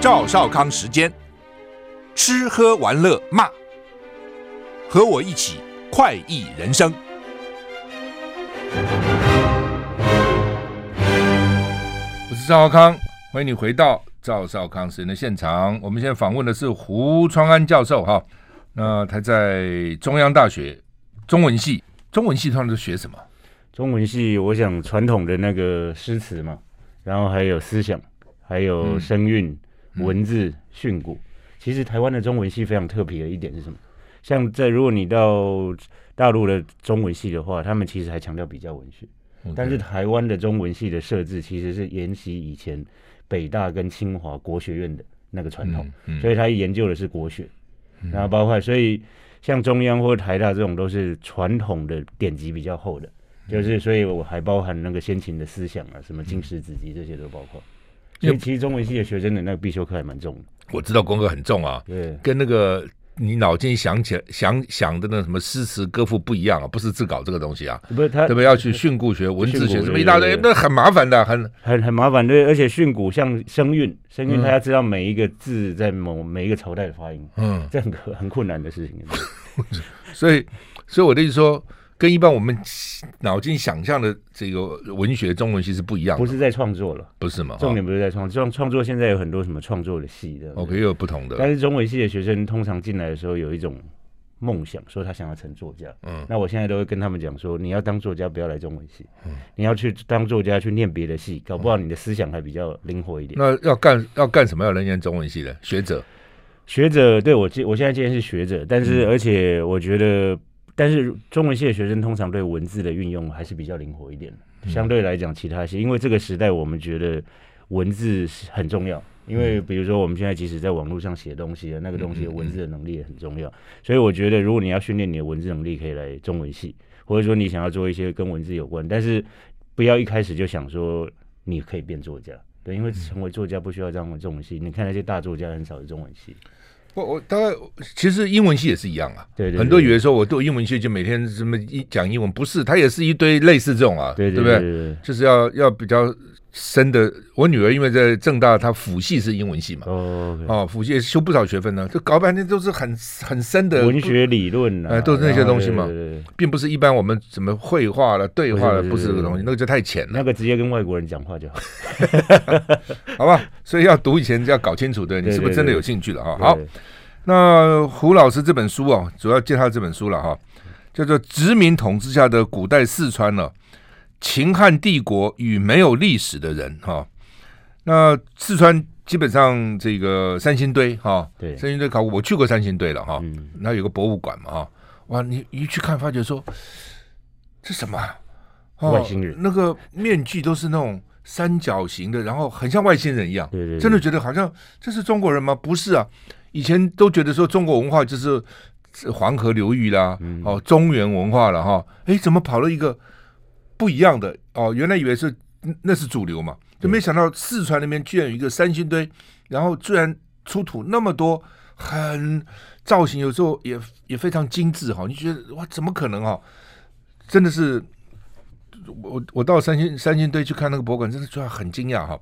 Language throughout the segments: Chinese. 赵少康时间，吃喝玩乐骂，和我一起快意人生。我是赵少康，欢迎你回到赵少康时人的现场。我们现在访问的是胡川安教授哈，那他在中央大学中文系，中文系通常都学什么？中文系，我想传统的那个诗词嘛，然后还有思想，还有声韵、嗯文字、训诂。其实台湾的中文系非常特别的一点是什么？像在如果你到大陆的中文系的话，他们其实还强调比较文学，但是台湾的中文系的设置其实是沿袭以前北大跟清华国学院的那个传统。嗯所以他研究的是国学，然后包括所以像中央或台大这种都是传统的典籍比较厚的，嗯就是所以我还包含那个先秦的思想啊，什么经史子集这些都包括。所以其实中文系的学生的那个必修课还蛮重的，我知道功课很重啊，对，跟那个你脑筋想起来想想的那什么诗词歌赋不一样啊，不是自搞这个东西啊，不是他对不对？要去训诂学、文字训学诂什么一大堆对，对对那很麻烦的，很很很麻烦，对，而且训诂像声韵，声韵嗯他要知道每一个字在某每一个朝代的发音，嗯，这很可很困难的事 情。所以所以我的意思说，跟一般我们脑筋想象的这个文学中文系是不一样的，不是在创作了，不是嘛？重哈点不是在创作，创创作现在有很多什么创作的戏这样子。哦 OK 又有不同的，但是中文系的学生通常进来的时候有一种梦想，说他想要成作家。嗯嗯，那我现在都会跟他们讲说，你要当作家不要来中文系，你要去当作家去念别的系，搞不好你的思想还比较灵活一点。那要干要干什么？要人研中文系的学者，学者对我，我现在既然是学者，但是而且我觉得，但是中文系的学生通常对文字的运用还是比较灵活一点的，相对来讲其他系，因为这个时代我们觉得文字是很重要。因为比如说，我们现在即使在网络上写东西，那个东西的文字的能力也很重要。所以我觉得，如果你要训练你的文字能力，可以来中文系，或者说你想要做一些跟文字有关，但是不要一开始就想说你可以变作家，对，因为成为作家不需要这样的中文系。你看那些大作家很少有中文系，我我大概其实英文系也是一样啊。对对对很多以为说我读英文系就每天什么一讲英文，不是，它也是一堆类似这种啊，对不对？对对就是要要比较深的。我女儿因为在正大，她辅系是英文系嘛，哦，OK，哦，辅系也修不少学分呢，这搞半天都是很很深的文，学理论啊，哎都是那些东西嘛对对对对并不是一般我们怎么绘画了、对话了，不不是是这不是个东西，那个就太浅 了，那个直接跟外国人讲话就好。好吧？所以要读以前就要搞清楚，对你是不是对对真的对有兴趣了啊？好对，，那胡老师这本书啊，主要介绍这本书了哈，叫做《殖民统治下的古代四川呢、秦汉帝国与没有历史的人》哈。那四川基本上这个三星堆哈，对三星堆考古，我去过三星堆了哈，嗯，那有个博物馆嘛哈，哇，你一去看发觉说这什么、啊、哦外星人那个面具都是那种三角形的，然后很像外星人一样，对对，真的对觉得好像这是中国人吗？不是啊，以前都觉得说中国文化就是是黄河流域啦，嗯哦，中原文化了哈，诶，怎么跑了一个不一样的？哦，原来以为是嗯那是主流嘛，就没想到四川那边居然有一个三星堆，然后居然出土那么多很造型，有时候也也非常精致哈、你觉得哇，怎么可能哈、真的是。我我到三星三星堆去看那个博物馆，真的觉得很惊讶哈、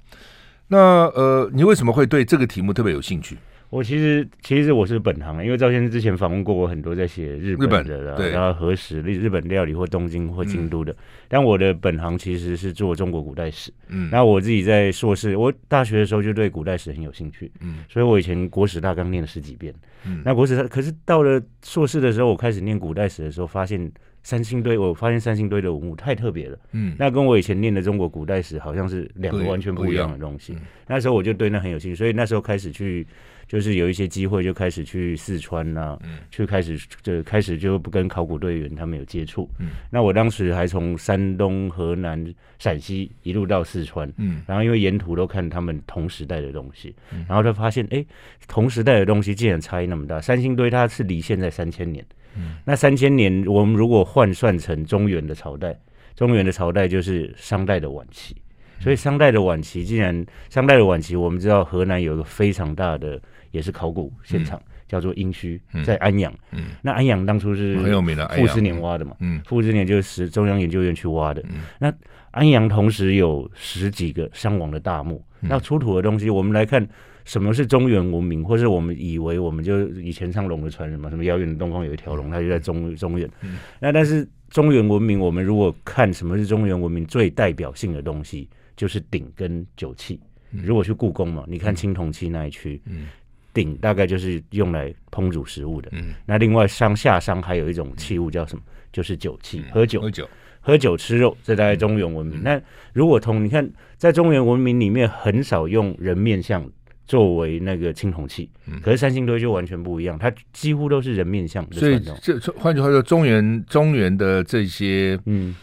那呃，你为什么会对这个题目特别有兴趣？我其实其实我是本行的，因为赵先生之前访问过我很多在写日日本的啦，对然后和食日日本料理或东京或京都的，但我的本行其实是做中国古代史。嗯那我自己在硕士，我大学的时候就对古代史很有兴趣，嗯所以我以前国史大纲念了十几遍。嗯那国史它可是到了硕士的时候，我开始念古代史的时候，发现三星堆，我发现三星堆的文物太特别了。嗯那跟我以前念的中国古代史好像是两个不一完全不不一一样样的东西嗯。那时候我就对那很有兴趣，所以那时候开始去，就是有一些机会就开始去四川呐、嗯去开始就开始就不跟考古队员他们有接触。嗯那我当时还从山东、河南、陕西一路到四川。嗯然后因为沿途都看他们同时代的东西，然后他发现，哎，同时代的东西竟然差异那么大。三星堆它是离现在三千年，嗯那三千年我们如果换算成中原的朝代，中原的朝代就是商代的晚期，嗯所以商代的晚期竟然商代的晚期，我们知道河南有一个非常大的也是考古现场，叫做殷墟，在安阳。嗯那安阳当初是很有名的安傅阳斯年挖的嘛，嗯傅斯年就是中央研究院去挖的。那安阳同时有十几个伤亡的大墓，那出土的东西，我们来看什么是中原文明，或是我们以为我们就以前唱龙的传人嘛，什么遥远的东方有一条龙，它就在中中原。嗯那但是中原文明，我们如果看什么是中原文明最代表性的东西，就是鼎跟酒器。如果去故宫嘛，你看青铜器那一区，嗯鼎大概就是用来烹煮食物的。嗯，那另外上下商还有一种器物叫什么？就是酒器，喝酒喝酒，喝酒吃肉，这大概中原文明。那如果从你看，在中原文明里面很少用人面像作为那个青铜器，可是三星堆就完全不一样，它几乎都是人面像的所以传统。这这换句话说，中原中原的这些嗯，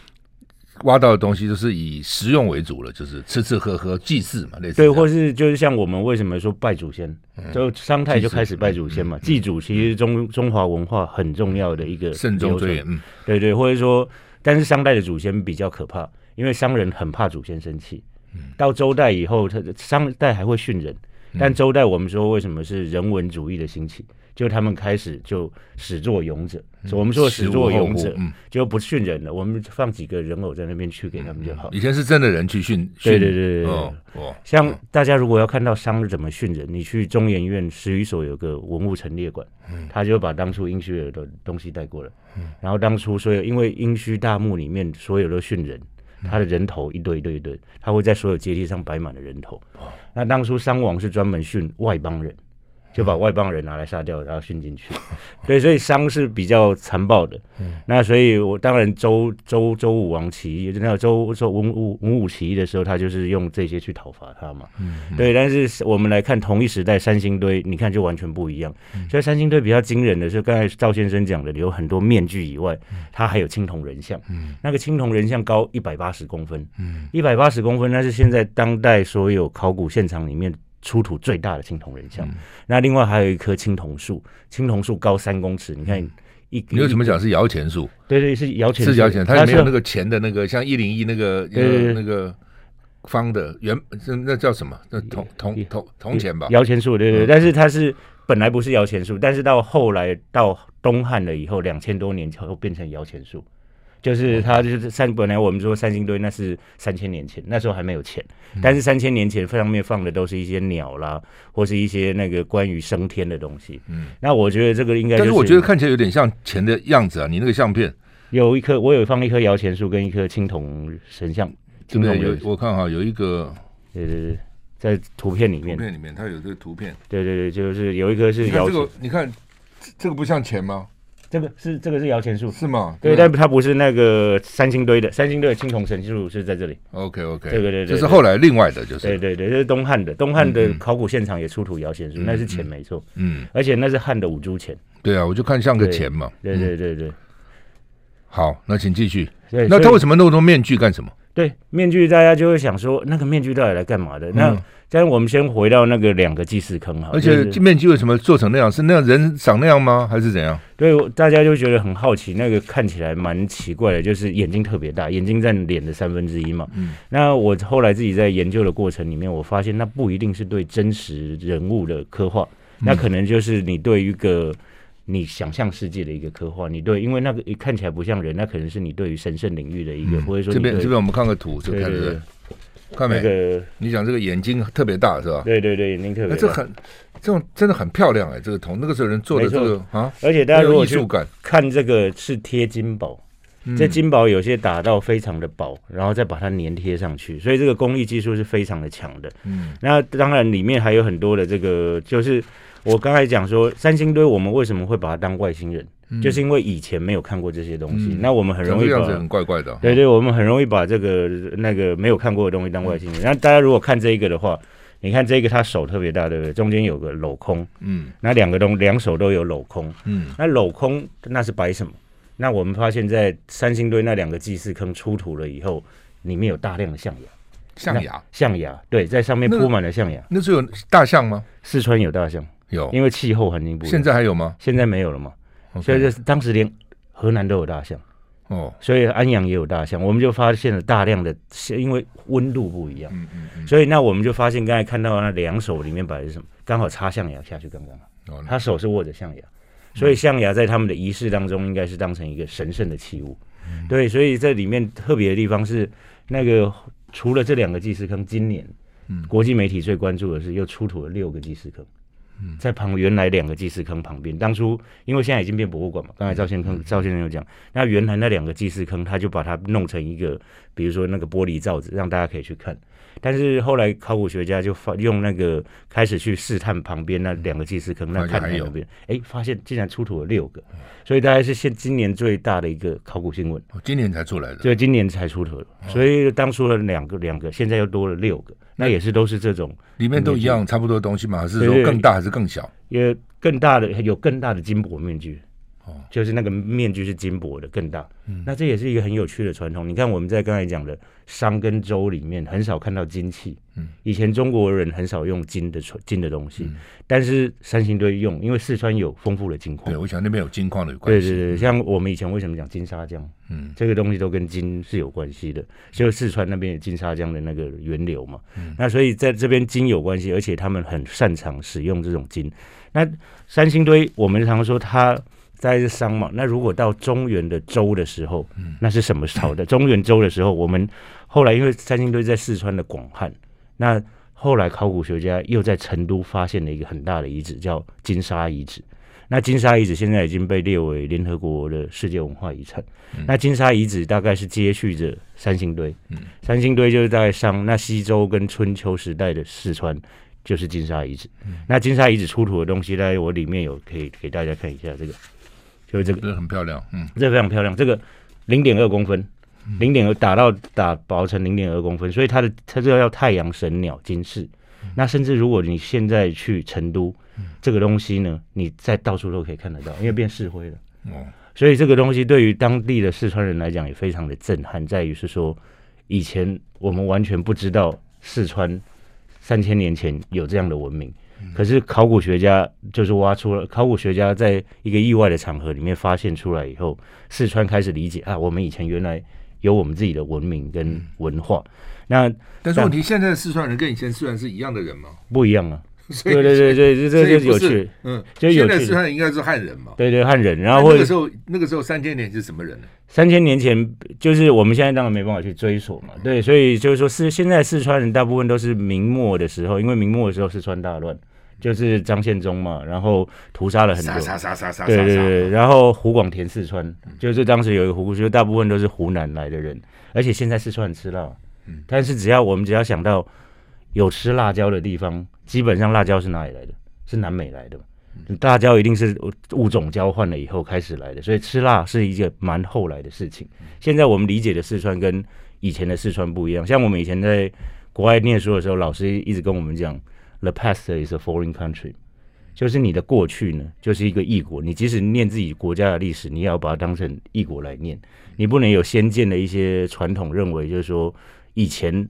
挖到的东西，就是以食用为主了，就是吃吃喝喝祭祀嘛，类似这对，样或是就是像我们为什么说拜祖先，就商代就开始拜祖先嘛，祭祖其实是中中华文化很重要的一个慎终流程追远，嗯对对，或者说，但是商代的祖先比较可怕，因为商人很怕祖先生气。到周代以后，他商代还会训人，但周代我们说为什么是人文主义的兴起？就他们开始就始作俑者，所以我们说的嗯始作俑食无后者顾嗯就不训人了，我们放几个人偶在那边去给他们就好。以前是真的人去训训，对对对对对哦哦，像大家如果要看到商人怎么训人，你去中研院史语所有个文物陈列馆，他就把当初殷墟有的东西带过来，然后当初所有因为殷墟大墓里面所有都训人，他的人头一堆一堆一堆，他会在所有阶梯上摆满了人头。那当初商王是专门训外邦人，就把外邦人拿来杀掉，然后训进去。对，所以商是比较残暴的。那所以我当然周周周武王起义，那周周文武文武起义的时候，他就是用这些去讨伐他嘛。对，但是我们来看同一时代三星堆，你看就完全不一样。所以三星堆比较惊人的是，刚才赵先生讲的，有很多面具以外，它还有青铜人像。那个青铜人像高一百八十公分，嗯一百八十公分，那是现在当代所有考古现场里面出土最大的青铜人像。那另外还有一棵青铜树，青铜树高三公尺，你看一，你为什么讲是摇钱树？对对，是摇钱树，是摇钱，它也没有是那个钱的那个，像一零一那个那对个对对那个方的原，是那叫什么？那铜铜铜铜钱吧？嗯摇钱树，对对对，但是它是本来不是摇钱树，但是到后来到东汉了以后，两千多年之后变成摇钱树。就是哦它就是三，本来我们说三星堆那是三千年前，那时候还没有钱，嗯但是三千年前上面放的都是一些鸟啦，或是一些那个关于升天的东西。嗯，那我觉得这个应该、就但是我觉得看起来有点像钱的样子啊！你那个相片，有一棵，我有放一棵摇钱树跟一棵青铜神像，对青不铜对？人有我看哈，有一个对对对，在图片里图面，片里面，它有这个图片。对对对，就是有一棵是你看摇这钱，个，你看这这个不像钱吗？ 这个是这个是摇钱树，是吗？对，对但它不是那个三星堆的，三星堆的青铜神树是在这里。 ，OK OK，对对对对这是后来另外的，就对是对对，这是东汉的，东汉嗯的嗯考古现场也出土摇钱树，那是钱没错，嗯，而且那是汉的五铢钱。对啊，我就看像个对钱嘛。嗯对对对对，好，那请继续。对那所以他为什么弄那么多面具干什么？对面具，大家就会想说，那个面具到底来干嘛的？那啊但我们先回到那个两个祭祀坑哈，嗯而就且是面具为什么做成那样？是那样人长那样吗？还是怎样？对，我大家就觉得很好奇，那个看起来蛮奇怪的，就是眼睛特别大，眼睛占脸的三分之一嘛。嗯那我后来自己在研究的过程里面，我发现那不一定是对真实人物的刻画，嗯那可能就是你对于一个你想象世界的一个刻画，你对，因为那个看起来不像人，那可能是你对于神圣领域的一个，或者说嗯这边你这对边我们看个图，这对看对这对个看那没？个你讲这个眼睛特别大是吧？对对对眼睛特那别这大，很这种真的很漂亮哎，这个铜那个时候人做的没这错个啊，而且大家很如有果艺去术感。看这个是贴金箔，嗯这金箔有些打到非常的薄，然后再把它粘贴上去，所以这个工艺技术是非常的强的。嗯，那当然里面还有很多的这个，就是我刚才讲说三星堆，我们为什么会把它当外星人，就是因为以前没有看过这些东西，嗯那我们很长嗯容这易样子把。很怪怪的啊。对对，我们很容易把这个那个没有看过的东西当外星人。那大家如果看这一个的话，你看这个他手特别大，对不对？中间有个镂空，嗯那两个东两手都有镂空，嗯那镂空那是摆什么？那我们发现，在三星堆那两个祭祀坑出土了以后，里面有大量的象牙，象牙象牙对，在上面那个铺满了象牙。那时候有大象吗？四川有大象，有，因为气候环境不一哦样，现在还有吗？现在没有了嘛，所以 OK 就是当时连河南都有大象，哦，所以安阳也有大象，我们就发现了大量的，因为温度不一样，嗯嗯嗯所以那我们就发现刚才看到那两手里面摆的是什么，刚好插象牙下去，刚刚好，哦，他手是握着象牙，所以象牙在他们的仪式当中应该是当成一个神圣的器物，嗯对，所以这里面特别的地方是那个除了这两个祭祀坑，今年嗯国际媒体最关注的是又出土了六个祭祀坑嗯，在旁原来两个祭祀坑旁边，当初因为现在已经变博物馆嘛，嗯刚才赵先生赵先生有讲，那原来那两个祭祀坑，他就把它弄成一个，比如说那个玻璃罩子，让大家可以去看。但是后来考古学家就发用那个开始去试探旁边那两个祭祀坑，发那现看还看有嗯那边，哎，发现竟然出土了六个，所以大概是现今年最大的一个考古新闻。哦今年才出来的，就今年才出头哦的，所以当初的两个两个，现在又多了六个，那也是都是这种，里面都一样差不多的东西嘛，还是对说对更大还是更小？也更大的有更大的金箔面具哦，嗯就是那个面具是金箔的更大，那这也是一个很有趣的传统。你看我们在刚才讲的商跟周里面很少看到金器嗯，以前中国人很少用金的存金的东西，但是三星堆用，因为四川有丰富的金矿对，。我想那边有金矿的关对系。对对，像我们以前为什么讲金沙江，嗯，这个东西都跟金是有关系的，就是四川那边有金沙江的那个源流嘛。嗯那所以在这边金有关系，而且他们很擅长使用这种金。那三星堆，我们常说它在是商嘛，那如果到中原的周的时候，嗯那是什么朝代？中原周的时候，我们后来因为三星堆在四川的广汉，那后来考古学家又在成都发现了一个很大的遗址，叫金沙遗址。那金沙遗址现在已经被列为联合国的世界文化遗产。那金沙遗址大概是接续着三星堆，三星堆就是在商那西周跟春秋时代的四川。就是金沙遗址，那金沙遗址出土的东西呢，我里面有可以给大家看一下，这个就是这个，这很漂亮，嗯，这非常漂亮，这个零点二公分，零点二打到打薄成零点二公分，所以它的它这个叫太阳神鸟金饰。那甚至如果你现在去成都，这个东西呢，你在到处都可以看得到，因为变市徽了。哦，所以这个东西对于当地的四川人来讲也非常的震撼，在于是说，以前我们完全不知道四川三千年前有这样的文明，可是考古学家就是挖出了，考古学家在一个意外的场合里面发现出来以后，四川开始理解啊，我们以前原来有我们自己的文明跟文化，嗯那但是但问题，现在的四川人跟以前四川是一样的人吗？ 不一样啊，所以对对对对，这所以这就是有不是趣，嗯，这有现在趣四川人应该是汉人嘛？对对汉人，然那后或那者个时候，那个时候三千年是什么人呢？三千年前，就是我们现在当然没办法去追溯嘛，嗯对，所以就是说是现在四川人大部分都是明末的时候，因为明末的时候四川大乱，就是张献忠嘛，然后屠杀了很多杀，杀杀杀杀杀对对杀！对，然后湖广填四川，就是当时有一个湖，就是大部分都是湖南来的人，而且现在四川很吃辣，但是只要我们只要想到有吃辣椒的地方，基本上辣椒是哪里来的？是南美来的嘛。辣椒一定是物种交换了以后开始来的，所以吃辣是一个蛮后来的事情。现在我们理解的四川跟以前的四川不一样，像我们以前在国外念书的时候，老师一直跟我们讲，the past is a foreign country，就是你的过去呢，就是一个异国。你即使念自己国家的历史，你也要把它当成异国来念，你不能有先见的一些传统，认为就是说以前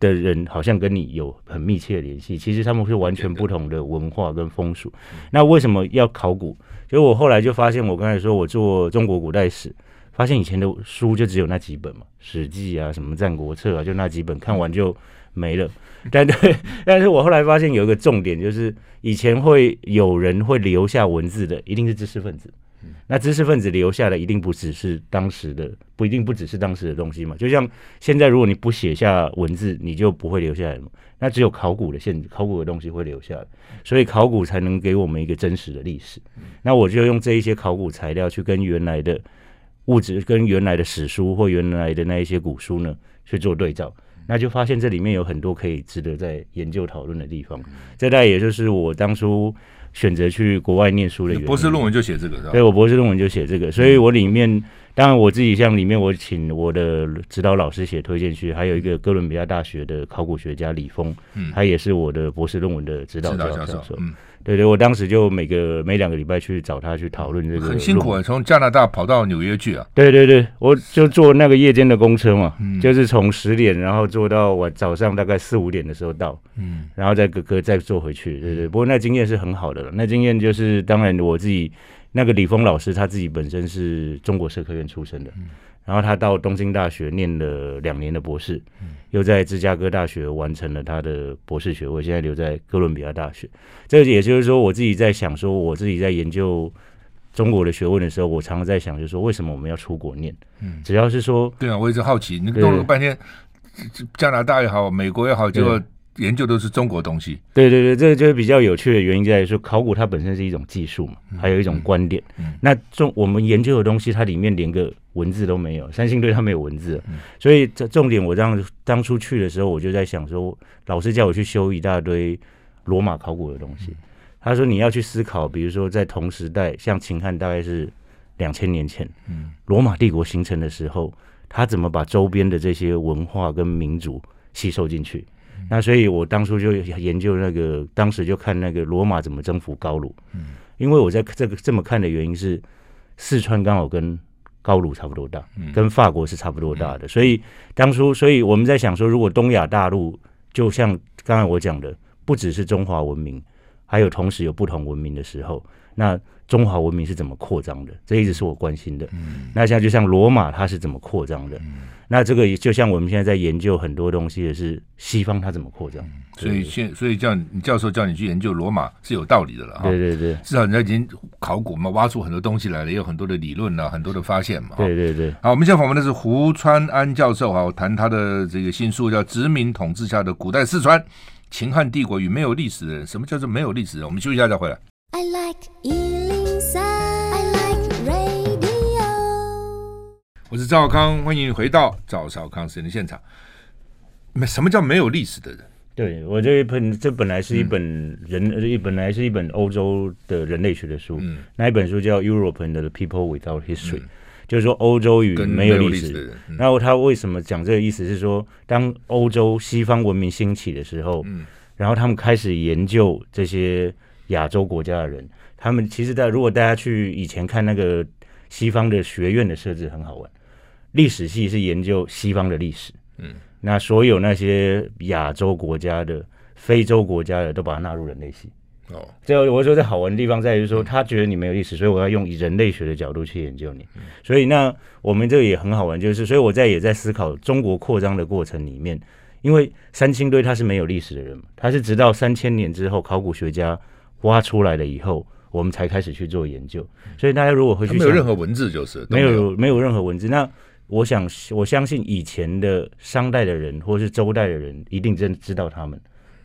的人好像跟你有很密切的联系，其实他们是完全不同的文化跟风俗。那为什么要考古？所以我后来就发现，我刚才说我做中国古代史，发现以前的书就只有那几本嘛，《史记》啊，什么《战国策》啊，就那几本，看完就没了。但对，但是我后来发现有一个重点，就是以前会有人会留下文字的，一定是知识分子。那知识分子留下的一定不只是当时的，不一定不只是当时的东西嘛。就像现在，如果你不写下文字，你就不会留下来嘛。那只有考古的现考古的东西会留下来，所以考古才能给我们一个真实的历史。那我就用这一些考古材料去跟原来的物质、跟原来的史书或原来的那一些古书呢去做对照，那就发现这里面有很多可以值得在研究讨论的地方。这大概也就是我当初选择去国外念书的原因。博士论文就写这个是对吧？我博士论文就写这个，所嗯以我里面当然我自己像里面我请我的指导老师写推荐序，还有一个哥伦比亚大学的考古学家李峰，嗯他也是我的博士论文的指导指导教教授授。，嗯，对对，我当时就每个每两个礼拜去找他去讨论这个，很辛苦。啊，从加拿大跑到纽约去啊，对对对，我就坐那个夜间的公车嘛，嗯就是从十点，然后坐到我早上大概四五点的时候到，嗯，然后再哥哥再坐回去，对对。不过那经验是很好的了，那经验就是当然我自己那个李峰老师他自己本身是中国社科院出身的，然后他到东京大学念了两年的博士，又在芝加哥大学完成了他的博士学位，现在留在哥伦比亚大学。这也就是说，我自己在想说，我自己在研究。中国的学问的时候，我常常在想，就是说为什么我们要出国念？嗯只要是说对啊，我一直好奇，你对弄了半天，加拿大也好，美国也好，结果研究都是中国东西，对对对，这个就是比较有趣的原因在于说，考古它本身是一种技术嘛，还有一种观点。嗯那重我们研究的东西，它里面连个文字都没有，三星堆它没有文字，嗯所以这重点我让当初去的时候，我就在想说，老师叫我去修一大堆罗马考古的东嗯西，他说你要去思考，比如说在同时代，像秦汉大概是两千年前，嗯罗马帝国形成的时候，他怎么把周边的这些文化跟民族吸收进去？嗯那所以，我当初就研究那个，当时就看那个罗马怎么征服高卢。嗯，因为我在这个这么看的原因是，四川刚好跟高卢差不多大，嗯跟法国是差不多大的，所以当初，所以我们在想说，如果东亚大陆就像刚才我讲的，不只是中华文明，还有同时有不同文明的时候，那中华文明是怎么扩张的？这一直是我关心的。嗯那像就像罗马它是怎么扩张的？那这个也就像我们现在在研究很多东西的是西方它怎么扩张。所以现所以叫你你教授叫你去研究罗马是有道理的了哈。对对对至少人家已经考古嘛，挖出很多东西来了，也有很多的理论啊，很多的发现嘛。哈对对对，好，我们现在访问的是胡川安教授啊，我谈他的这个新书叫《殖民统治下的古代四川：秦汉帝国与没有历史的人》。什么叫做没有历史的人？我们休息一下再回来。 I like Ealing Sound. I like radio. 我是赵少康，欢迎回到赵少康时间的现场。没什么叫没有历史的人？对我这一本这本来是一本人，呃一本来是一本欧洲的人类学的书，嗯那一本书叫《Europe and the People Without History》，就是说欧洲与跟嗯没有历史的史。人，嗯然后他为什么讲这个意思是说，当欧洲西方文明兴起的时候，嗯然后他们开始研究这些亚洲国家的人，他们其实在如果大家去以前看那个西方的学院的设置很好玩，历史系是研究西方的历史，嗯，那所有那些亚洲国家的、非洲国家的都把它纳入人类系。哦，这我说这好玩的地方在于说，他觉得你没有历史，所以我要用以人类学的角度去研究你。所以那我们这个也很好玩，就是所以我在也在思考中国扩张的过程里面，因为三星堆它是没有历史的人嘛，它是直到三千年之后考古学家挖出来了以后，我们才开始去做研究。所以大家如果回他去没想有任何文字，就是都没有没有任何文字。那我想我相信以前的商代的人或是周代的人一定真知道他们，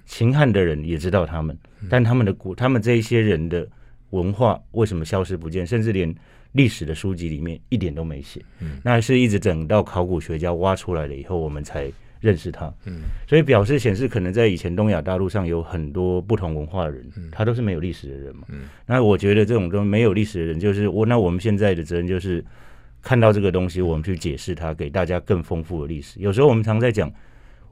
秦汉的人也知道他们，嗯但他们的古他们这一些人的文化为什么消失不见，甚至连历史的书籍里面一点都没写。嗯那是一直等到考古学家挖出来了以后，我们才认识它。嗯所以表示显示，可能在以前东亚大陆上有很多不同文化的人，他都是没有历史的人嘛。嗯那我觉得这种东西没有历史的人，就是我那我们现在的责任就是看到这个东西，我们去解释它，给大家更丰富的历史。有时候我们常在讲，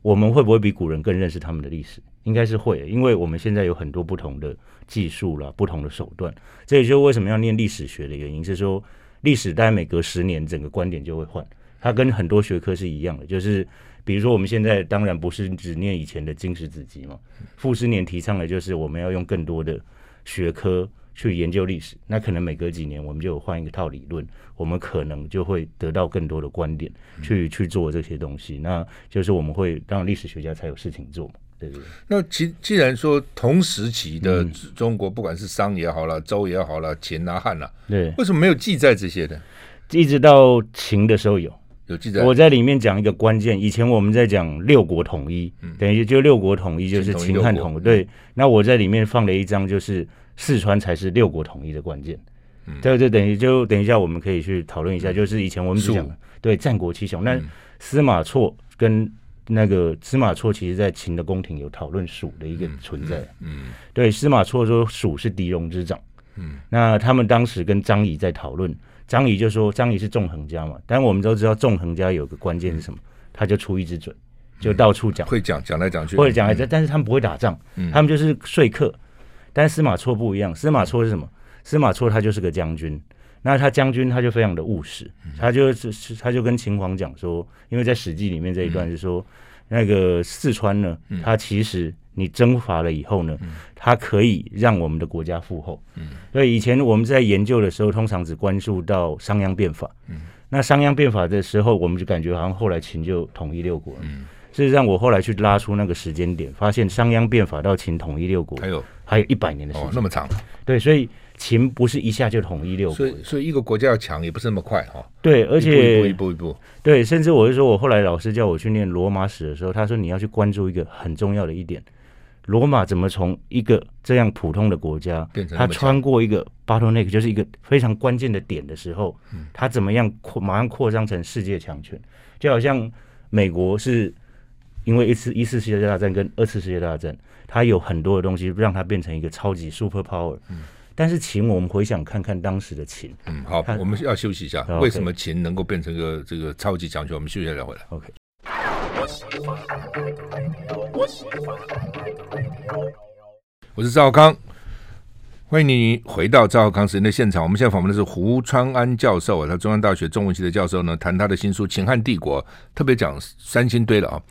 我们会不会比古人更认识他们的历史？应该是会的，因为我们现在有很多不同的技术啦，不同的手段。这也就是为什么要念历史学的原因，是说历史大概每隔十年，整个观点就会换。它跟很多学科是一样的，就是比如说我们现在当然不是只念以前的经史子集嘛，傅斯年提倡的就是我们要用更多的学科去研究历史。那可能每隔几年我们就有换一套理论，我们可能就会得到更多的观点去去做这些东西。那就是我们会让历史学家才有事情做嘛，对不对？那其既然说同时期的中国，不管是商也好了，周也好了，秦啊汉啊，对，为什么没有记载这些呢？一直到秦的时候有。有记载，我在里面讲一个关键，以前我们在讲六国统一，等于就六国统一就是嗯秦统一秦汉六国嗯统一。对，那我在里面放了一张，就是四川才是六国统一的关键。嗯这就等于就等一下我们可以去讨论一下，就是以前我们只讲蜀对战国七雄，那嗯司马错跟那个司马错，其实在秦的宫廷有讨论蜀的一个存在。嗯对，司马错说蜀是狄戎之长。嗯，那他们当时跟张仪在讨论，张仪就说张仪是纵横家嘛，但我们都知道纵横家有个关键是什么，他就出一只嘴，就到处讲，嗯会讲讲来讲去，或者讲来讲，但是他们不会打仗，嗯他们就是说客。但司马错不一样，司马错是什么？司马错他就是个将军，那他将军他就非常的务实，嗯他就是他就跟秦皇讲说，因为在《史记》里面这一嗯段是说，那个四川呢，它其实你征伐了以后呢，嗯它可以让我们的国家复后。所以以前我们在研究的时候，通常只关注到商鞅变法。嗯那商鞅变法的时候，我们就感觉好像后来秦就统一六国了。嗯事实上，我后来去拉出那个时间点，发现商鞅变法到秦统一六国还有还有一百年的时哦间。那么长，对，所以秦不是一下就统一六国所的以，所以一个国家要强也不是那么快哈，对，而一步一且步一步一步，对，甚至我是说，我后来老师叫我去念罗马史的时候，他说你要去关注一个很重要的一点：罗马怎么从一个这样普通的国家变，成那他么穿过一个 bottleneck，就是一个非常关键的点的时候，嗯他怎么样扩马上扩张成世界强权？就好像美国是因为一次一次世界大战跟二次世界大战，它有很多的东西让它变成一个超级 super power。但是秦，我们回想看看当时的秦嗯，好，看我们要休息一下。好为什么秦能够变成一个这个超级强权？我们休息一下再回来。 ，OK。我是赵康，欢迎你回到赵康时间的现场。我们现在访问的是胡川安教授啊，他中央大学中文系的教授呢，谈他的新书《秦汉帝国》，特别讲三星堆了啊。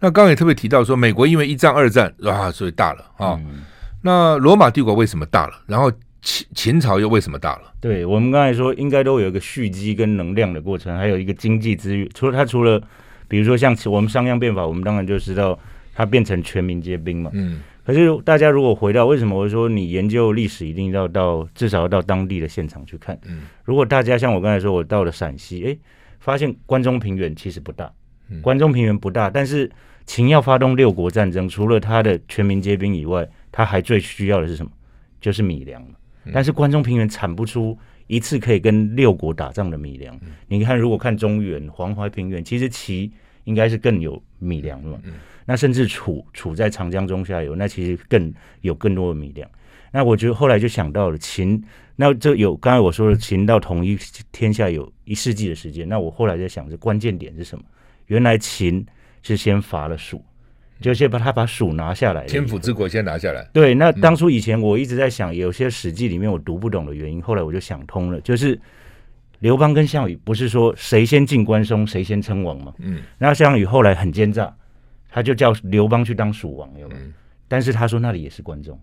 那刚刚也特别提到说，美国因为一战、二战啊，所以大了啊。嗯那罗马帝国为什么大了？然后秦秦朝又为什么大了？对我们刚才说，应该都有一个蓄积跟能量的过程，还有一个经济资源。除了它，除了比如说像我们商鞅变法，我们当然就知道它变成全民皆兵嘛。嗯可是大家如果回到为什么我说你研究历史一定要到至少要到当地的现场去看，嗯，如果大家像我刚才说，我到了陕西，诶，发现关中平原其实不大嗯，关中平原不大，但是秦要发动六国战争，除了他的全民皆兵以外，他还最需要的是什么？就是米粮嘛嗯但是关中平原产不出一次可以跟六国打仗的米粮。你看，如果看中原、黄淮平原，其实齐应该是更有米粮了嘛。那甚至楚楚在长江中下游，那其实更有更多的米粮。那我觉得后来就想到了秦，那这有刚才我说的秦到统一天下有一世纪的时间。那我后来在想，这关键点是什么？原来秦是先伐了蜀，就先把他把蜀拿下来了以后。天府之国先拿下来。对，那当初以前我一直在想，有些史记里面我读不懂的原因，后来我就想通了，就是刘邦跟项羽不是说谁先进关中谁先称王吗？嗯，那项羽后来很奸诈，他就叫刘邦去当蜀王，有没有？但是他说那里也是关中，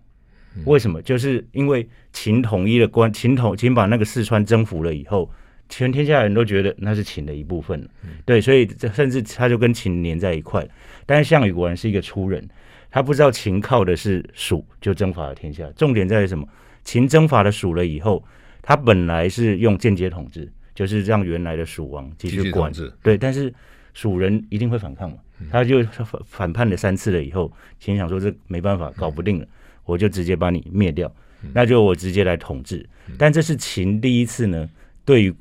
为什么？就是因为秦统一了关，秦统秦把那个四川征服了以后，全天下人都觉得那是秦的一部分了，嗯对，所以这甚至他就跟秦连在一块了。但是项羽果然是一个粗人，他不知道秦靠的是蜀，就征伐了天下。重点在于什么？秦征伐了蜀了以后，他本来是用间接统治，就是让原来的蜀王继嗯继续续管统治，嗯对，但是蜀人一定会反抗嘛，他就反反叛了三次了以后，秦想说这没办法，搞不定了，嗯我就直接把你灭掉，那就我直接来统治。嗯但这是秦第一次呢，对于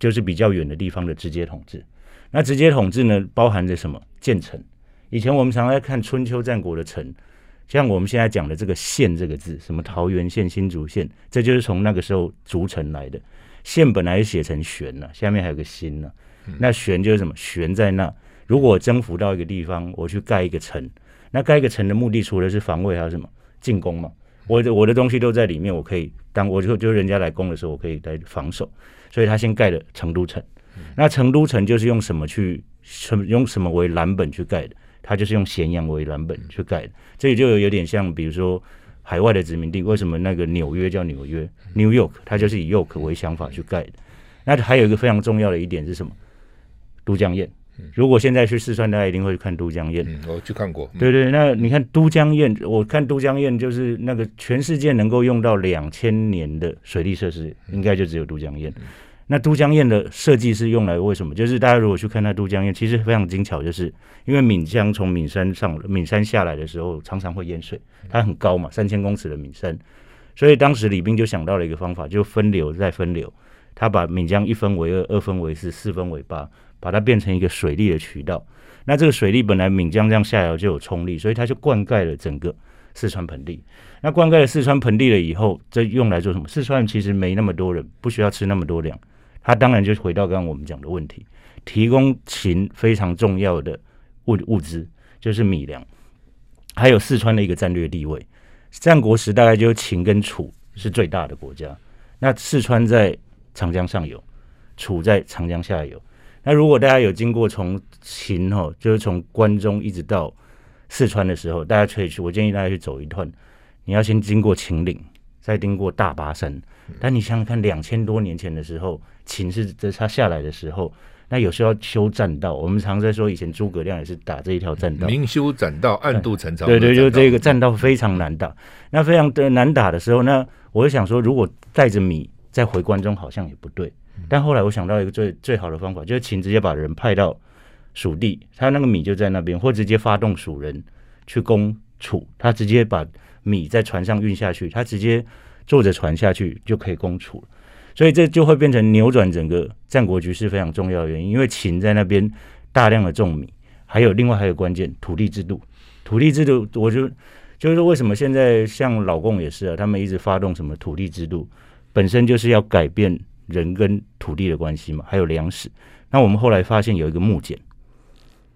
就是比较远的地方的直接统治。那直接统治呢，包含着什么？建城。以前我们常常在看春秋战国的城，像我们现在讲的这个“县”这个字，什么桃园县、新竹县，这就是从那个时候逐城来的。县本来是写成“悬”呢，下面还有个“心”呢。那“悬”就是什么？悬在那。如果我征服到一个地方，我去盖一个城，那盖一个城的目的除了是防卫，还有什么？进攻嘛。我的我的东西都在里面，我可以当我就就人家来攻的时候，我可以来防守。所以他先盖了成都城。那成都城就是用什么去什么用什么为蓝本去盖的？它就是用咸阳为蓝本去盖的。这里就有有点像，比如说海外的殖民地，为什么那个纽约叫纽约 （New York）？它就是以 York 为想法去盖的。那还有一个非常重要的一点是什么？都江堰。如果现在去四川，大家一定会去看都江堰。嗯，我去看过。嗯对对，那你看都江堰，我看都江堰就是那个全世界能够用到两千年的水利设施，应该就只有都江堰。那都江堰的设计是用来为什么？就是大家如果去看它都江堰，其实非常精巧，就是因为岷江从岷山上岷山下来的时候，常常会淹水，它很高嘛，三千公尺的岷山，所以当时李冰就想到了一个方法，就分流再分流，他把岷江一分为二，二分为四，四分为八，把它变成一个水利的渠道。那这个水利本来岷江这样下游就有冲力，所以它就灌溉了整个四川盆地。那灌溉了四川盆地了以后，这用来做什么？四川其实没那么多人，不需要吃那么多粮，它当然就回到刚刚我们讲的问题，提供秦非常重要的物物资，就是米粮，还有四川的一个战略地位。战国时代就秦跟楚是最大的国家，那四川在长江上游，楚在长江下游。那如果大家有经过从秦哦，就是从关中一直到四川的时候，大家可以去，我建议大家去走一段。你要先经过秦岭，再经过大巴山。但你想想看，两千多年前的时候，秦是这它下来的时候，那有时候要修栈道，我们常在说以前诸葛亮也是打这一条栈道，嗯明修栈道，暗度陈仓。对对，就是这个个战道非常难打。那非常的难打的时候，那我就想说，如果带着米再回关中，好像也不对。但后来我想到一个最最好的方法，就是秦直接把人派到蜀地，他那个米就在那边，或直接发动蜀人去攻楚，他直接把米在船上运下去，他直接坐着船下去就可以攻楚了。所以这就会变成扭转整个战国局势非常重要的原因，因为秦在那边大量的种米，还有另外还有关键土地制度，土地制度，我就就是说为什么现在像老共也是啊，他们一直发动什么土地制度，本身就是要改变人跟土地的关系嘛，还有粮食。那我们后来发现有一个木简，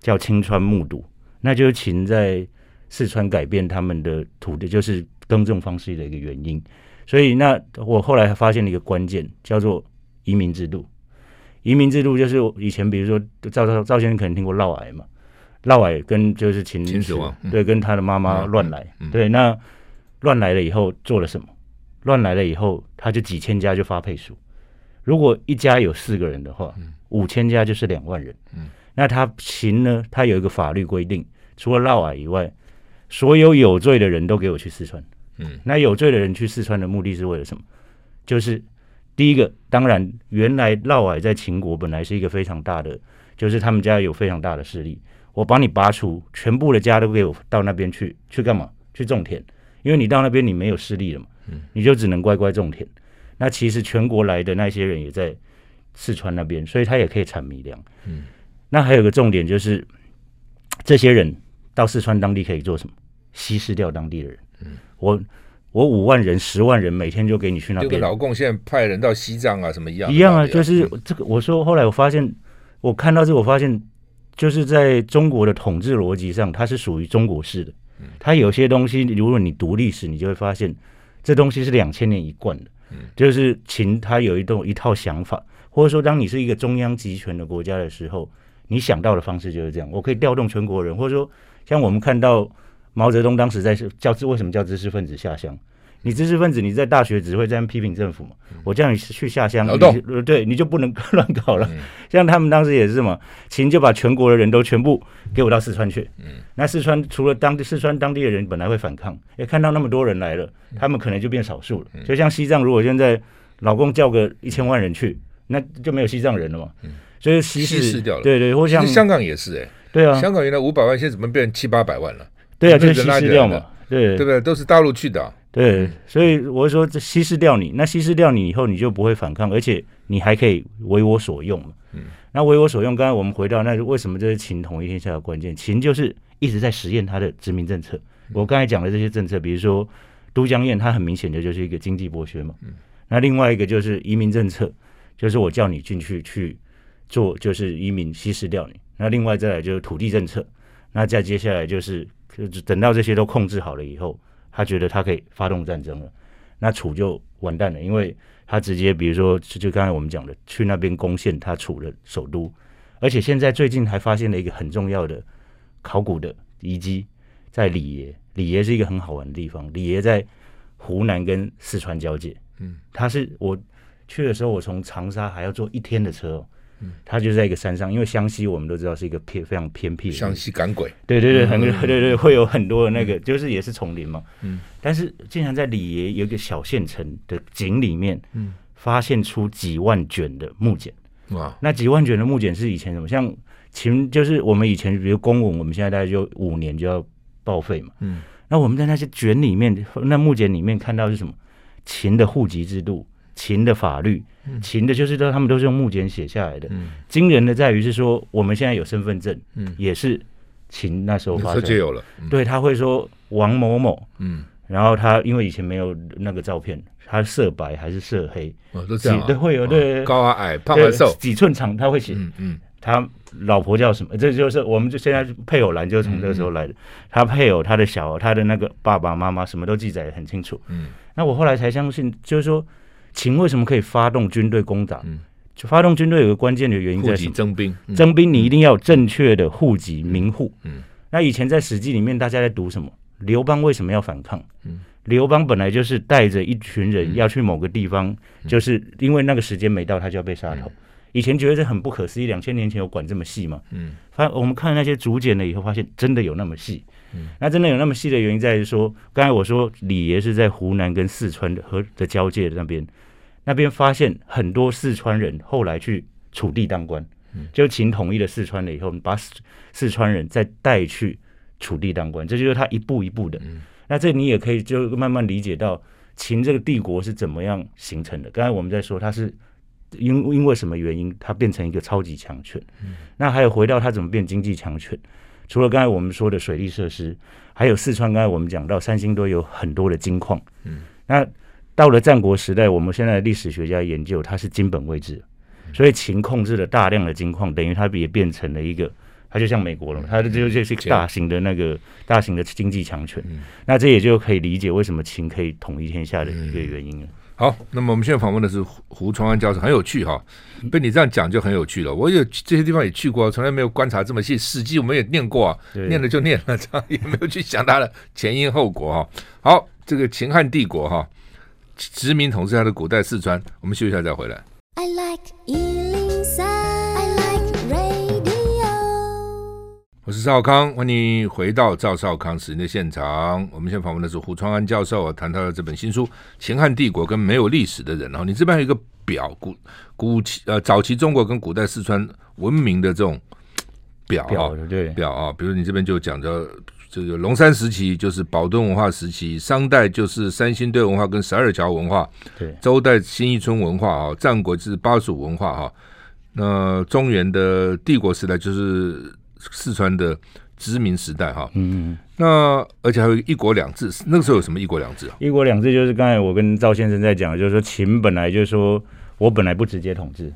叫青川木牍，那就是秦在四川改变他们的土地，就是耕种方式的一个原因。所以那我后来还发现了一个关键，叫做移民制度。移民制度就是以前，比如说赵赵赵先生可能听过嫪毐嘛，嫪毐跟就是秦秦始皇嗯对，跟他的妈妈嗯乱来，嗯嗯对，那乱来了以后做了什么？乱来了以后，他就几千家就发配属。如果一家有四个人的话，五千家就是两万人。嗯那他秦呢？他有一个法律规定，除了嫪毐以外，所有有罪的人都给我去四川。嗯，那有罪的人去四川的目的是为了什么？就是第一个，当然原来嫪毐在秦国本来是一个非常大的，就是他们家有非常大的势力，我把你拔除，全部的家都给我到那边去，去干嘛？去种田，因为你到那边你没有势力了嘛，你就只能乖乖种田。那其实全国来的那些人也在四川那边，所以他也可以产米粮。嗯，那还有个重点就是，这些人到四川当地可以做什么？稀释掉当地的人。嗯，我我五万人、十万人每天就给你去那就跟边，老共现在派人到西藏啊什么嗯一样的一样道啊，理就是这个。我说后来我发现，我看到这个，我发现就是在中国的统治逻辑上，它是属于中国式的。嗯它有些东西，如果你读历史，你就会发现这东西是两千年一贯的。嗯就是秦它有一种一套想法，或者说当你是一个中央集权的国家的时候，你想到的方式就是这样。我可以调动全国人，或者说像我们看到毛泽东当时在是叫为什么叫知识分子下乡？你知识分子，你在大学只会这样批评政府嘛？我叫你去下乡，嗯劳你动嗯就呃对你就不能 乱搞了。像他们当时也是嘛，秦就把全国的人都全部给我到四川去。嗯那四川除了当地四川当地的人本来会反抗，也看到那么多人来了，嗯他们可能就变少数了。就像西藏，如果现在老共叫个一千万人去，那就没有西藏人了嘛。所以西嗯稀释式掉了对对，或其像实香港也是哎，对啊，香港原来五百万，现在怎么变成七八百万了？对啊，就就是人稀拉释起掉来嘛的。对对不对？都是大陆去的啊，对，所以我说这稀释掉你，那稀释掉你以后，你就不会反抗，而且你还可以为我所用嘛。嗯，那为我所用，刚才我们回到那为什么这是秦统一天下的关键？秦就是一直在实验他的殖民政策。我刚才讲的这些政策，比如说都江堰，它很明显的就是一个经济剥削嘛。嗯，那另外一个就是移民政策，就是我叫你进去去做，就是移民稀释掉你。那另外再来就是土地政策，那再接下来就是就是等到这些都控制好了以后，他觉得他可以发动战争了，那楚就完蛋了，因为他直接比如说就就刚才我们讲的，去那边攻陷他楚的首都，而且现在最近还发现了一个很重要的考古的遗迹，在里耶，里耶是一个很好玩的地方，里耶在湖南跟四川交界，嗯，它是我去的时候，我从长沙还要坐一天的车、哦。嗯它就在一个山上，因为湘西我们都知道是一个偏非常偏僻的地方湘西赶鬼，对对对，很对对对，会有很多的那个，就是也是丛林嘛。嗯，但是竟然在里耶有一个小县城的井里面，嗯，发现出几万卷的木简。哇，那几万卷的木简是以前什么？像秦，就是我们以前比如公文，我们现在大概就五年就要报废嘛。嗯，那我们在那些卷里面，那木简里面看到是什么？秦的户籍制度，秦的法律，秦的就是都他们都是用木简写下来的。嗯惊人的在于是说，我们现在有身份证，嗯也是秦那时候发那时候生就的。有了，嗯对，他会说王某某，嗯，然后他因为以前没有那个照片，他色白还是色黑，哦，都这样啊，几对会有哦对高啊矮，胖对啊瘦，几寸长，他会写。嗯嗯，他老婆叫什么？这就是我们就现在配偶栏就是从这个时候来嗯的。他配偶、他的小、他的那个爸爸妈妈，什么都记载的很清楚。嗯，那我后来才相信，就是说秦为什么可以发动军队攻打？嗯，就发动军队有个关键的原因户在什籍么？征兵，嗯征兵你一定要有正确的户籍名户。嗯，那以前在《史记》里面，大家在读什么？刘邦为什么要反抗？嗯，刘邦本来就是嗯带着一群人要去某个地方，就是因为那个时间没到，他就要被杀头。以前觉得这很不可思议，两千年前有管这么细吗？嗯，发我们看那些竹简了以后，发现真的有那么细。嗯，那真的有那么细的原因在于说，刚才我说李爷是在湖南跟四川的和的交界那边，那边发现很多四川人后来去楚地当官，就秦统一了四川了以后，把四四川人再带去楚地当官，这就是他一步一步的。那这你也可以就慢慢理解到秦这个帝国是怎么样形成的。刚才我们在说它是因因为什么原因，它变成一个超级强权。那还有回到它怎么变经济强权，除了刚才我们说的水利设施，还有四川，刚才我们讲到三星堆有很多的金矿。嗯，那到了战国时代，我们现在的历史学家研究它是金本位制，所以秦控制了大量的金矿，等于它也变成了一个。它就像美国了嗯嘛，它就就是一个大型的那个大型的经济强嗯权，那这也就可以理解为什么秦可以统一天下的一个原因了。好，那么我们现在访问的是胡胡传安教授，很有趣哈、被你这样讲就很有趣了。我有这些地方也去过，从来没有观察这么细，《史记》我们也念过啊，对念了就念了，这样也没有去想它的前因后果哈、好，这个秦汉帝国哈、殖民统治它的古代四川，我们休息一下再回来。 I like Ealing Sound. I like radio. 我是赵康，欢迎回到赵少康时间的现场。我们现在访问的是胡川安教授，啊，谈到了这本新书《秦汉帝国跟没有历史的人》哦。你这边还有一个表，古古期呃早期中国跟古代四川文明的这种表啊、表对，表啊，比如你这边就讲着这个龙山时期就是宝墩文化时期，商代就是三星堆文化跟十二桥文化，对周代新一村文化啊，战国是巴蜀文化哈、那中原的帝国时代就是四川的殖民时代哈、嗯，那而且还有一国两制，那个时候有什么一国两制啊？一国两制就是刚才我跟赵先生在讲的，就是说秦本来就是说我本来不直接统治，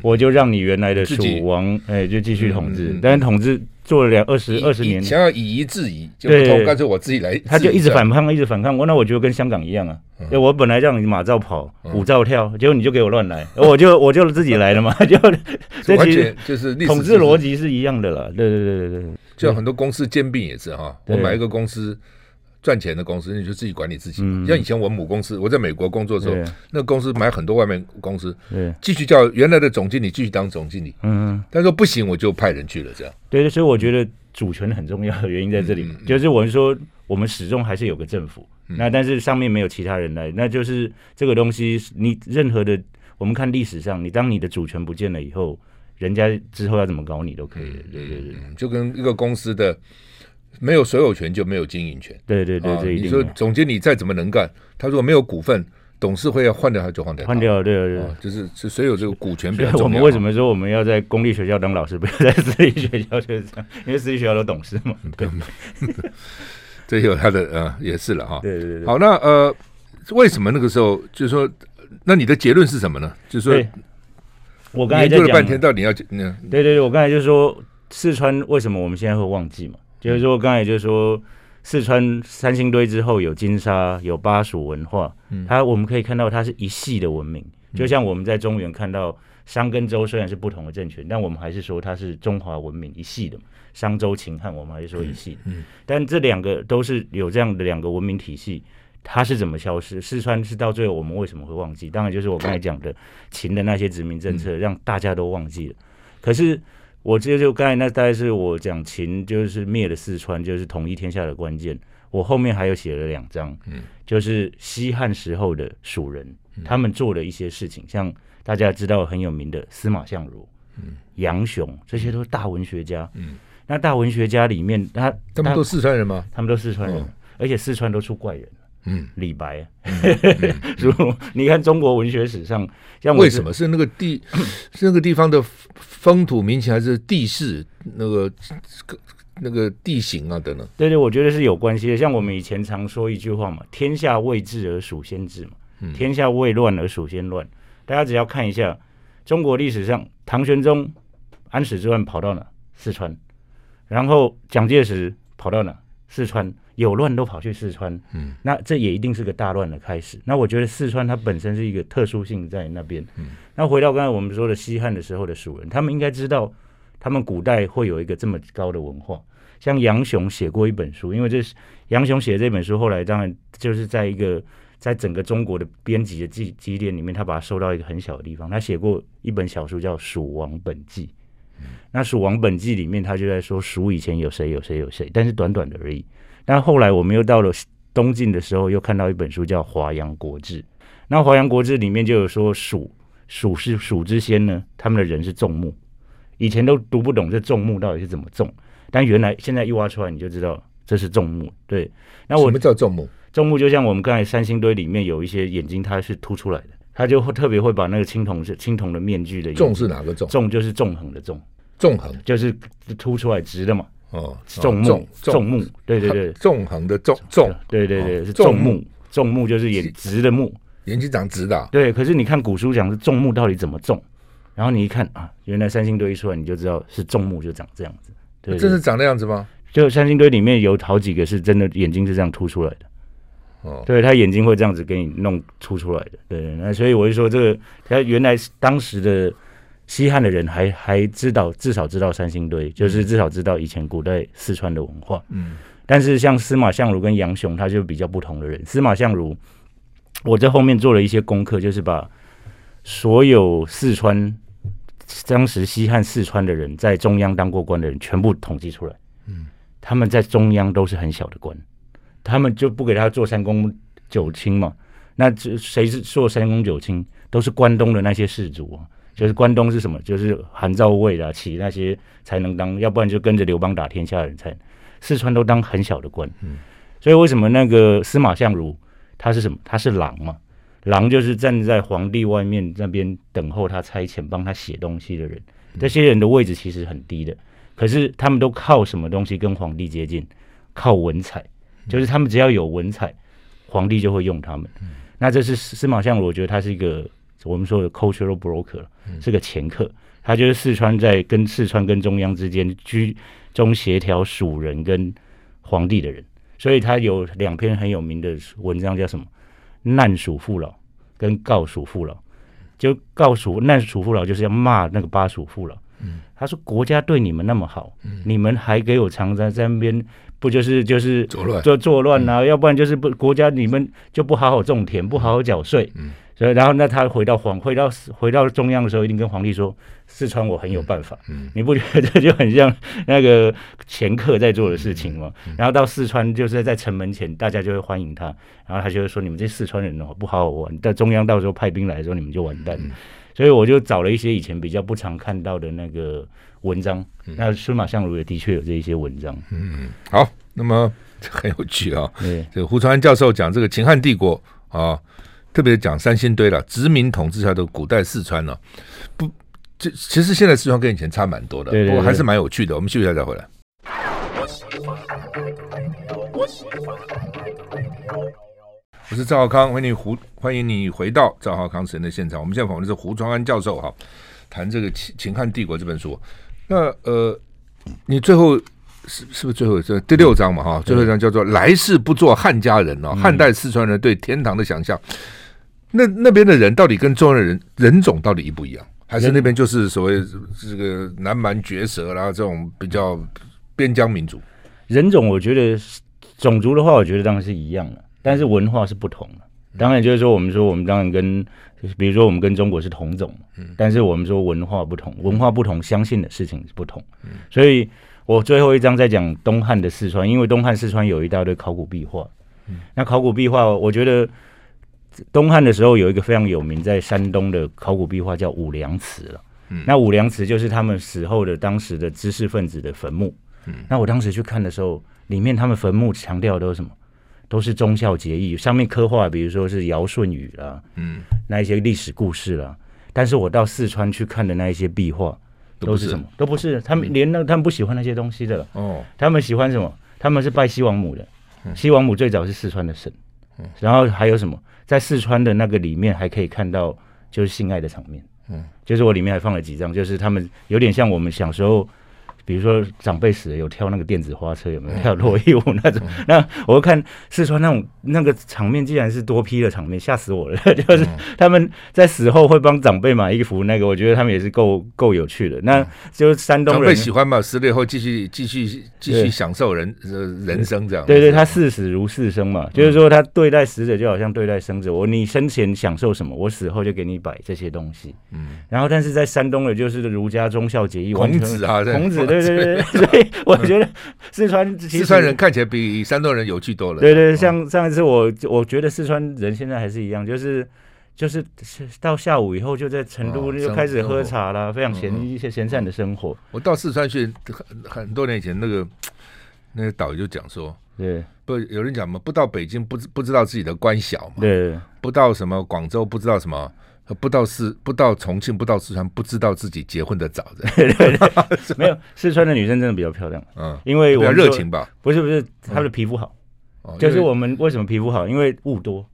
我就让你原来的嗯自己蜀王哎就继续统治，嗯嗯嗯但是统治做了两二十以二十以年，想要以夷制夷，就对不同，干脆我自己嗯来，他就一直反。反抗，一直反抗。我那我就跟香港一样啊，就我本来让你马照跑，嗯舞照跳，结果你就给我乱来，哦我就我就自己来了嘛， 就这完其实全就是历史统治就是逻辑是一样的了。对对对对对。就很多公司兼并也是哈，我对买一个公司赚钱的公司，你就自己管理自己嘛。像以前我母公司，我在美国工作的时候嗯对，那个公司买很多外面公司，对，继续叫原来的总经理继续当总经理，嗯，但说不行我就派人去了，这样对，所以我觉得主权很重要的原因在这嗯里，就是我们说我们始终还是有个政府，那但是上面没有其他人来，那就是这个东西，你任何的，我们看历史上，你当你的主权不见了以后，人家之后要怎么搞你都可以了。对对对嗯就跟一个公司的没有所有权就没有经营权。对对对，啊这一你定说的总经理再怎么能干，他如果没有股份，董事会要换掉他就换掉他，换掉，对对对啊，。就是是所有这个股权比所较重以要。我们为什么说我们要在公立学校当老师，不要在私立学校就是这样？因为私立学校都懂事嘛。嗯对这有他的呃也是了哈？对对对对。好，那呃，为什么那个时候就是说，那你的结论是什么呢？就是对说，，我刚才研在究讲了半天，到底要嗯对对对，我刚才就说四川为什么我们现在会忘记嘛？就是说刚才就说四川三星堆之后有金沙，有巴蜀文化，嗯它我们可以看到它是一系的文明，就像我们在中原看到商跟周虽然是不同的政权，但我们还是说它是中华文明一系的嘛。商周秦汉，我们还是说嗯一系的，但这两个都是有这样的两个文明体系。它是怎么消失？四川是到最后我们为什么会忘记？当然就是我刚才讲的秦的那些殖民政策，让大家都忘记了。可是我这就刚才那大概是我讲秦就是灭了四川，就是统一天下的关键。我后面还有写了两章，嗯，就是西汉时候的蜀人，他们做的一些事情，像大家知道很有名的司马相如，嗯，杨雄，这些都是大文学家，嗯，那大文学家里面，他他们都四川人吗？他们都四川人，而且四川都出怪人。嗯，李白，啊 如、你看中国文学史上，像我为什么是那个地 是那个地方的风土民情，还是地势那个那个地形啊等等？对对，我觉得是有关系的。像我们以前常说一句话嘛，“天下未治而蜀先治”嘛，天下未乱而蜀先乱。大家只要看一下中国历史上，唐玄宗、安史之乱跑到哪？四川。然后蒋介石跑到哪？四川。有乱都跑去四川，嗯，那这也一定是个大乱的开始。那我觉得四川它本身是一个特殊性在那边。嗯，那回到刚才我们说的西汉的时候的蜀人，他们应该知道，他们古代会有一个这么高的文化。像杨雄写过一本书，因为这是杨雄写的这本书，后来当然就是在一个在整个中国的编辑的基基点里面，他把它收到一个很小的地方。他写过一本小说叫《蜀王本纪》，那《蜀王本纪》里面他就在说蜀以前有谁有谁有谁，但是短短的而已。但后来我们又到了东晋的时候，又看到一本书叫《华阳国志》，那《华阳国志》里面就有说蜀蜀是蜀之先呢，他们的人是种木，以前都读不懂这种木到底是怎么种，但原来现在一挖出来你就知道这是种木。对，那我什么叫众目？种木就像我们刚才三星堆里面有一些眼睛，它是凸出来的，它就会特别会把那个青铜是青铜的面具的眼众是哪个众？纵就是纵横的纵，纵横就是凸出来直的嘛，哦，啊纵木纵木，对对对纵横的纵纵， 对对哦对是纵纵木，纵木就是眼直的木，眼睛长直的啊，对。可是你看古书讲是纵木到底怎么纵，然后你一看啊，原来三星堆一出来你就知道是纵木就长这样子，对对真是长那样子吗？就三星堆里面有好几个是真的眼睛是这样凸出来的。哦对他眼睛会这样子给你弄凸出来的，对对。那所以我就说，这个他原来是当时的西汉的人还还知道，至少知道三星堆，就是至少知道以前古代四川的文化。嗯，但是像司马相如跟杨雄，他就比较不同的人。司马相如，我在后面做了一些功课，就是把所有四川当时西汉四川的人在中央当过官的人全部统计出来。嗯，他们在中央都是很小的官，他们就不给他做三公九卿嘛。那这谁是做三公九卿？都是关东的那些士族啊。就是关东是什么？就是韩赵魏啦、齐那些才能当，要不然就跟着刘邦打天下的人才四川都当很小的官，所以为什么那个司马相如他是什么？他是郎嘛，郎就是站在皇帝外面那边等候他差遣，帮他写东西的人。这些人的位置其实很低的，可是他们都靠什么东西跟皇帝接近？靠文采，就是他们只要有文采，皇帝就会用他们。那这是司马相如，我觉得他是一个我们说的 cultural broker，是个掮客。他就是四川在跟四川跟中央之间居中协调蜀人跟皇帝的人，所以他有两篇很有名的文章，叫什么《难蜀父老》跟《告蜀父老》。就告蜀难蜀父老就是要骂那个巴蜀父老。他说国家对你们那么好，你们还给我常在在那边不就是就是左乱就作乱啊，要不然就是不国家你们就不好好种田，不好好缴税。所以然后那他回到皇回到回到中央的时候，一定跟皇帝说四川我很有办法。你不觉得这就很像那个前客在做的事情吗？然后到四川就是在城门前，大家就会欢迎他，然后他就会说你们这四川人哦不好好玩，到中央到时候派兵来的时候你们就完蛋。所以我就找了一些以前比较不常看到的那个文章，那司马相如也的确有这一些文章。好，那么 这很有趣啊、对，这个胡传安教授讲这个秦汉帝国啊，特别讲三星堆了，殖民统治下的古代四川呢、不，这其实现在四川跟以前差蛮多的，对对不过还对是蛮有趣的。我们休息一下再回来。我是赵浩康，欢迎你胡，欢迎你回到赵浩康神的现场。我们现在访问的是胡传安教授哈、谈这个秦秦汉帝国这本书。那呃，你最后是是不是最后这第六章嘛哈？最后一章叫做“来世不做汉家人”嗯哦，汉代四川人对天堂的想象。那那边的人到底跟中原人人种到底一不一样？还是那边就是所谓这个南蛮绝舌啦，这种比较边疆民族？人种，我觉得是种族的话，我觉得当然是一样的，但是文化是不同的。当然，就是说，我们说我们当然跟，比如说我们跟中国是同种，但是我们说文化不同，文化不同，相信的事情是不同。所以我最后一章在讲东汉的四川，因为东汉四川有一大堆考古壁画。那考古壁画，我觉得东汉的时候有一个非常有名在山东的考古壁画叫五粮祠了。嗯那五粮祠就是他们死后的当时的知识分子的坟墓。嗯那我当时去看的时候，里面他们坟墓强调的都是什么？都是忠孝节义，上面刻画，比如说是尧舜禹啦，嗯，那一些历史故事啦。但是我到四川去看的那一些壁画，都不都是嗯是什么？都不是，他们连那他们不喜欢那些东西的了。哦，他们喜欢什么？他们是拜西王母的。嗯西王母最早是四川的神，然后还有什么？在四川的那个里面还可以看到就是性爱的场面，嗯，就是我里面还放了几张，就是他们有点像我们小时候比如说长辈死了有跳那个电子花车，有嗯没有跳落叶舞那种？那我会看四川那种那个场面，既然是多批的场面，吓死我了！嗯就是他们在死后会帮长辈买衣服，那个我觉得他们也是够够有趣的。那就是山东嗯长人辈喜欢嘛，死了以后继续继续继续对享受人呃人生这样。对对，他视死如是生嘛，就是说他对待死者就好像对待生者。我你生前享受什么，我死后就给你摆这些东西。嗯然后，但是在山东的就是儒家忠孝节义，完孔全子啊，孔子，对对对， 对所以我觉得四川其嗯实四川人看起来比山东人有趣多了。哦对对，像上一次我我觉得四川人现在还是一样，就是就是是到下午以后就在成都哦就生开始喝生活嗯茶啦，非常闲一些闲散的生活，我到四川去很很多年以前，那个那个导游就讲说，对不有人讲嘛，不到北京不知不知道自己的官小嘛，对不到什么广州不知道什么。不到四，不到重庆，不到四川，不知道自己结婚的早的， 对对对，没有四川的女生真的比较漂亮，嗯，因比为我较们热说情嗯吧，不是不是，她的皮肤好，哦就是因为我们为什么皮肤好，因为雾多，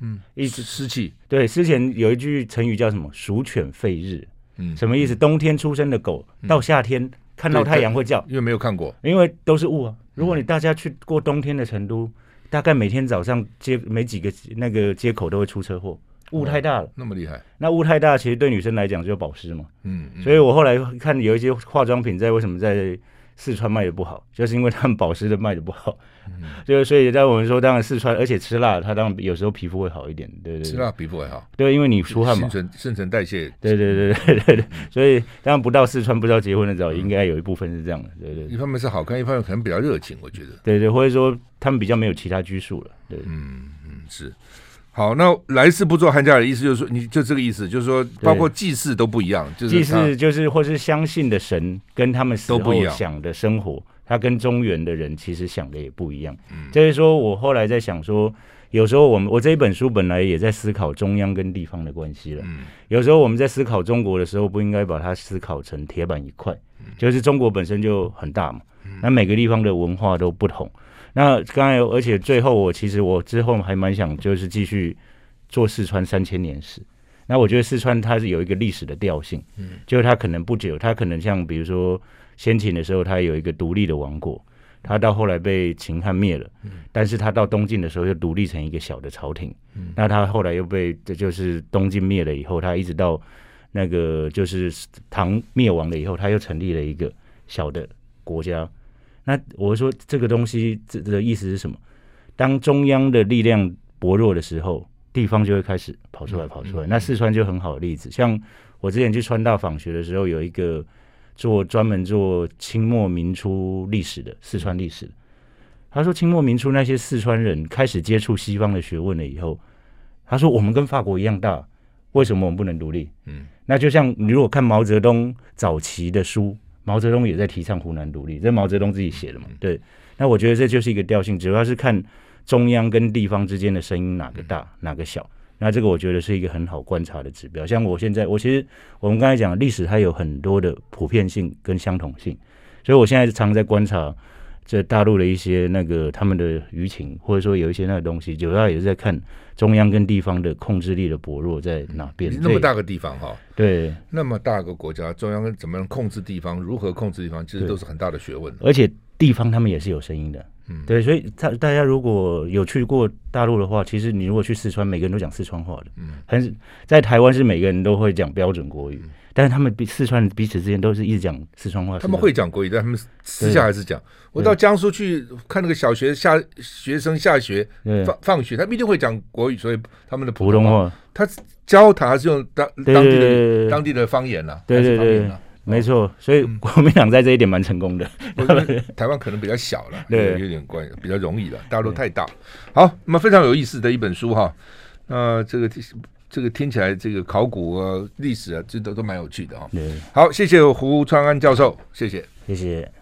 嗯一直湿湿气，对，之前有一句成语叫什么“鼠犬吠日”，嗯，什么意思？冬天出生的狗到夏天看到对太阳会叫，因为没有看过，因为都是雾啊。如果你大家去过冬天的成都，大概每天早上街没几个那个街口都会出车祸，雾太大了。那么厉害，那雾太大，其实对女生来讲就保湿嘛。嗯，嗯所以我后来看有一些化妆品在为什么在四川卖的不好， 就是因为他们保湿的卖的不好。嗯就是所以，在我们说，当然四川，而且吃辣，它当然有时候皮肤会好一点，对对对，吃辣皮肤还好，对，因为你出汗新，嘛陈新陈代谢。对对对对对对，嗯所以当然不到四川不知道结婚的早，应该有一部分是这样的，对对一方面是好看，一方面可能比较热情，我觉得，对对，或者说他们比较没有其他拘束了，对嗯，是。好，那来世不做寒假的意思就是说，你就这个意思，就是说，包括祭祀都不一样，就是祭它祀就是或是相信的神跟他们死都不一后样想的生活，他跟中原的人其实想的也不一样，嗯就是说我后来在想说。有时候我们我这一本书本来也在思考中央跟地方的关系了。嗯有时候我们在思考中国的时候，不应该把它思考成铁板一块，嗯就是中国本身就很大嘛，那每个地方的文化都不同。那刚才，而且最后我其实我之后还蛮想就是继续做四川三千年史。那我觉得四川它是有一个历史的调性，嗯，就是它可能不久，它可能像比如说先秦的时候，它有一个独立的王国，它到后来被秦汉灭了，但是它到东晋的时候又独立成一个小的朝廷，那它后来又被这就是东晋灭了以后，它一直到那个就是唐灭亡了以后，它又成立了一个小的国家。那我说这个东西这这个意思是什么？当中央的力量薄弱的时候，地方就会开始跑出来，跑出来。那四川就很好的例子，像我之前去川大访学的时候，有一个做专门做清末民初历史的四川历史的，他说清末民初那些四川人开始接触西方的学问了以后，他说我们跟法国一样大，为什么我们不能独立？嗯，那就像你如果看毛泽东早期的书，毛泽东也在提倡湖南独立，这毛泽东自己写的嗯嘛，对。那我觉得这就是一个调性，主要是看中央跟地方之间的声音哪个大、嗯哪个小。那这个我觉得是一个很好观察的指标。像我现在，我其实我们刚才讲历史，它有很多的普遍性跟相同性，所以我现在常在观察这大陆的一些那个他们的舆情，或者说有一些那个东西，主要也是在看中央跟地方的控制力的薄弱在哪边。那么大个地方哈，对，那么大个国家，中央怎么样控制地方，如何控制地方，其实都是很大的学问。而且地方他们也是有声音的。嗯，对，所以大大家如果有去过大陆的话，其实你如果去四川，每个人都讲四川话的。嗯，很在台湾是每个人都会讲标准国语，但是他们彼四川人彼此之间都是一直讲四川嗯话。他们四川会讲国语，但他们私下还是讲。我到江苏去看那个小学下学生下学对放放学，他们一定会讲国语，所以他们的普通话，他教他还是用当对当地对对的对当地嗯的方言啦，对还是对方对言啦没错。所以国民党在这一点蛮成功的。我觉得台湾可能比较小了，对有有点关，比较容易了。大陆太大。好，那么非常有意思的一本书哈。那、这个这个听起来，这个考古啊、历史啊，这都都蛮有趣的啊。对，好，谢谢胡川安教授，谢谢。谢谢。